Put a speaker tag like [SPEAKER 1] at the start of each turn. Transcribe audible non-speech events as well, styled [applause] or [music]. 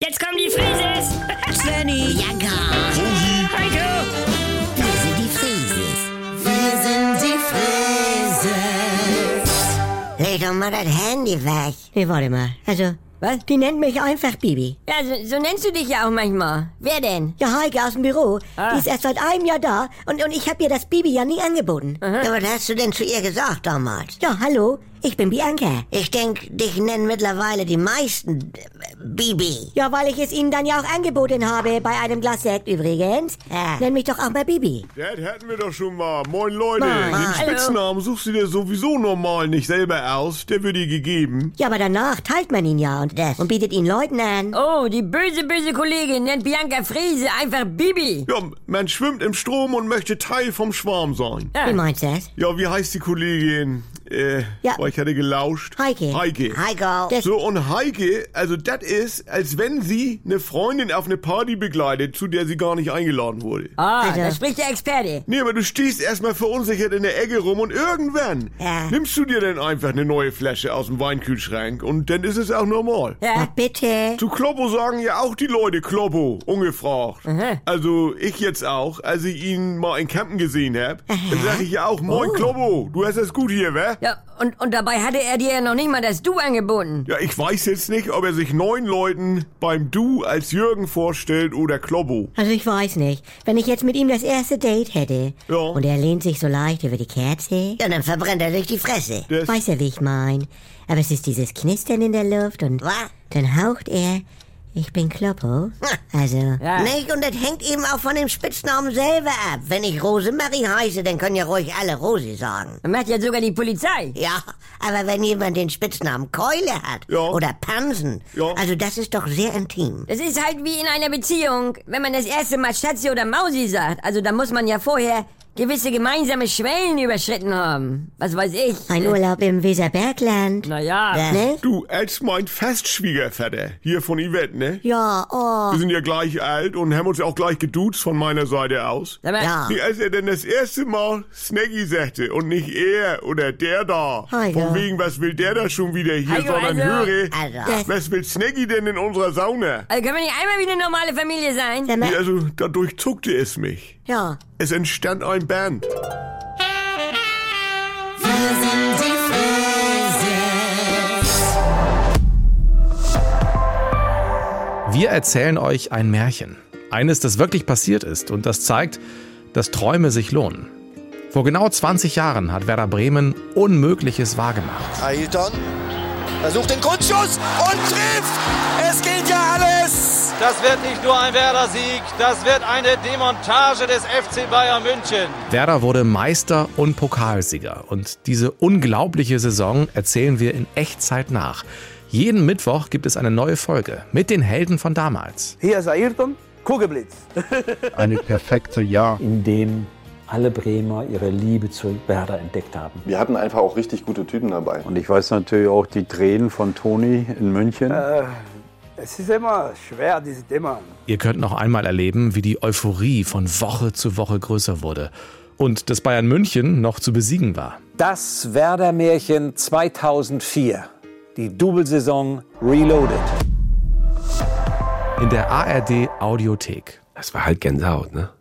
[SPEAKER 1] [laughs]
[SPEAKER 2] Conny.
[SPEAKER 1] Ja, gar.
[SPEAKER 2] Heiko.
[SPEAKER 1] Wir sind die Frieses. Wir sind die Frieses. Leg doch mal das Handy weg.
[SPEAKER 3] Nee, warte mal. Also,
[SPEAKER 1] Was?
[SPEAKER 3] die nennt mich einfach Bibi.
[SPEAKER 1] Ja, so, so nennst du dich ja auch manchmal. Wer denn?
[SPEAKER 3] Ja, Heike aus dem Büro.
[SPEAKER 1] Ah.
[SPEAKER 3] Die ist erst seit einem Jahr da und, und ich habe ihr das Bibi ja nie angeboten.
[SPEAKER 2] Ja, was hast du denn zu ihr gesagt damals?
[SPEAKER 3] Ja, hallo, ich bin Bianca.
[SPEAKER 2] Ich denk, dich nennen mittlerweile die meisten äh, Bibi.
[SPEAKER 3] Ja, weil ich es Ihnen dann ja auch angeboten habe, bei einem Glas Sekt übrigens.
[SPEAKER 2] Ja.
[SPEAKER 3] Nenn mich doch auch mal Bibi.
[SPEAKER 4] Das hätten wir doch schon mal. Moin Leute,
[SPEAKER 3] Moin.
[SPEAKER 4] den Spitznamen suchst du dir sowieso normal nicht selber aus. Der wird dir gegeben.
[SPEAKER 3] Ja, aber danach teilt man ihn ja und,
[SPEAKER 2] Das-
[SPEAKER 3] und bietet ihn Leuten an.
[SPEAKER 1] Oh, die böse, böse Kollegin nennt Bianca Friese einfach Bibi.
[SPEAKER 4] Ja, man schwimmt im Strom und möchte Teil vom Schwarm sein.
[SPEAKER 3] Wie meinst du das?
[SPEAKER 4] Ja, wie heißt die Kollegin? Äh,
[SPEAKER 3] Ja.
[SPEAKER 4] boah, ich hatte gelauscht.
[SPEAKER 3] Heike.
[SPEAKER 4] Heike.
[SPEAKER 2] Heiko.
[SPEAKER 3] Das-
[SPEAKER 4] So, und Heike, also das ist, als wenn sie eine Freundin auf eine Party begleitet, zu der sie gar nicht eingeladen wurde.
[SPEAKER 1] Ah,
[SPEAKER 3] Also-
[SPEAKER 1] da spricht der Experte.
[SPEAKER 4] Nee, aber du stehst erstmal verunsichert in der Ecke rum und irgendwann
[SPEAKER 2] Ja.
[SPEAKER 4] nimmst du dir dann einfach eine neue Flasche aus dem Weinkühlschrank und dann ist es auch normal.
[SPEAKER 3] Ach,
[SPEAKER 1] Ja.
[SPEAKER 3] bitte.
[SPEAKER 4] Zu Kloppo sagen ja auch die Leute Kloppo, ungefragt. Also ich jetzt auch, als ich ihn mal in Campen gesehen hab, dann sag ich ja auch, moin Kloppo, du hast es gut hier, wä?
[SPEAKER 1] Ja, und, und dabei hatte er dir ja noch nicht mal das Du angeboten.
[SPEAKER 4] Ja, ich weiß jetzt nicht, ob er sich neun Leuten beim Du als Jürgen vorstellt oder Kloppo.
[SPEAKER 3] Also ich weiß nicht. Wenn ich jetzt mit ihm das erste Date hätte
[SPEAKER 4] Ja.
[SPEAKER 3] und er lehnt sich so leicht über die Kerze,
[SPEAKER 2] Ja, dann verbrennt er sich die Fresse.
[SPEAKER 4] Das,
[SPEAKER 3] weiß er, wie ich mein. Aber es ist dieses Knistern in der Luft und
[SPEAKER 2] Was?
[SPEAKER 3] dann haucht er, ich
[SPEAKER 2] [laughs]
[SPEAKER 3] bin Kloppo. Also,
[SPEAKER 1] Ja.
[SPEAKER 2] Nicht? Und das hängt eben auch von dem Spitznamen selber ab. Wenn ich Rosemarie heiße, dann können ja ruhig alle Rosi sagen.
[SPEAKER 1] Das macht ja sogar die Polizei.
[SPEAKER 2] Ja, aber wenn jemand den Spitznamen Keule hat
[SPEAKER 4] Ja.
[SPEAKER 2] oder Pansen,
[SPEAKER 4] Ja.
[SPEAKER 2] also das ist doch sehr intim.
[SPEAKER 1] Das ist halt wie in einer Beziehung, wenn man das erste Mal Schatzi oder Mausi sagt. Also da muss man ja vorher gewisse gemeinsame Schwellen überschritten haben. Was weiß ich.
[SPEAKER 3] ein Urlaub im Weserbergland.
[SPEAKER 1] Naja.
[SPEAKER 3] Ne?
[SPEAKER 4] du, als mein Festschwiegervater hier von Yvette, ne?
[SPEAKER 3] Ja, oh.
[SPEAKER 4] Wir sind ja gleich alt und haben uns ja auch gleich geduzt von meiner Seite aus.
[SPEAKER 1] Sag mal,
[SPEAKER 2] Ja.
[SPEAKER 4] Nee, als er denn das erste Mal Snaggy sagte und nicht er oder der da.
[SPEAKER 3] Heiko.
[SPEAKER 4] Von wegen, was will der da schon wieder hier,
[SPEAKER 1] Heiko,
[SPEAKER 4] sondern
[SPEAKER 1] also-
[SPEAKER 4] höre,
[SPEAKER 2] Also.
[SPEAKER 4] was will Snaggy denn in unserer Sauna?
[SPEAKER 1] Also ne? können wir nicht einmal wie eine normale Familie sein?
[SPEAKER 3] Sag
[SPEAKER 4] Nee,
[SPEAKER 3] mal,
[SPEAKER 4] also, dadurch zuckte es mich.
[SPEAKER 3] ja.
[SPEAKER 4] Es entstand ein Band.
[SPEAKER 5] Wir erzählen euch ein Märchen. Eines, das wirklich passiert ist und das zeigt, dass Träume sich lohnen. Vor genau 20 Jahren hat Werder Bremen Unmögliches wahrgemacht.
[SPEAKER 6] Ailton versucht den Grundschuss und trifft. Es geht ja alles.
[SPEAKER 7] Das wird nicht nur ein Werder-Sieg, das wird eine Demontage des FC Bayern München.
[SPEAKER 5] Werder wurde Meister und Pokalsieger. Und diese unglaubliche Saison erzählen wir in Echtzeit nach. Jeden Mittwoch gibt es eine neue Folge mit den Helden von damals.
[SPEAKER 8] Hier ist Ayrton, Kugelblitz.
[SPEAKER 9] [laughs] eine perfekte Jahr.
[SPEAKER 10] in dem alle Bremer ihre Liebe zu Werder entdeckt haben.
[SPEAKER 11] Wir hatten einfach auch richtig gute Typen dabei.
[SPEAKER 9] Und ich weiß natürlich auch die Tränen von Toni in München.
[SPEAKER 8] Äh, Es ist immer schwer, dieses Thema.
[SPEAKER 5] Ihr könnt noch einmal erleben, wie die Euphorie von Woche zu Woche größer wurde und dass Bayern München noch zu besiegen war.
[SPEAKER 10] Das Werder-Märchen 2004. Die Doublesaison Reloaded.
[SPEAKER 5] in der ARD Audiothek.
[SPEAKER 7] Das war halt Gänsehaut, ne?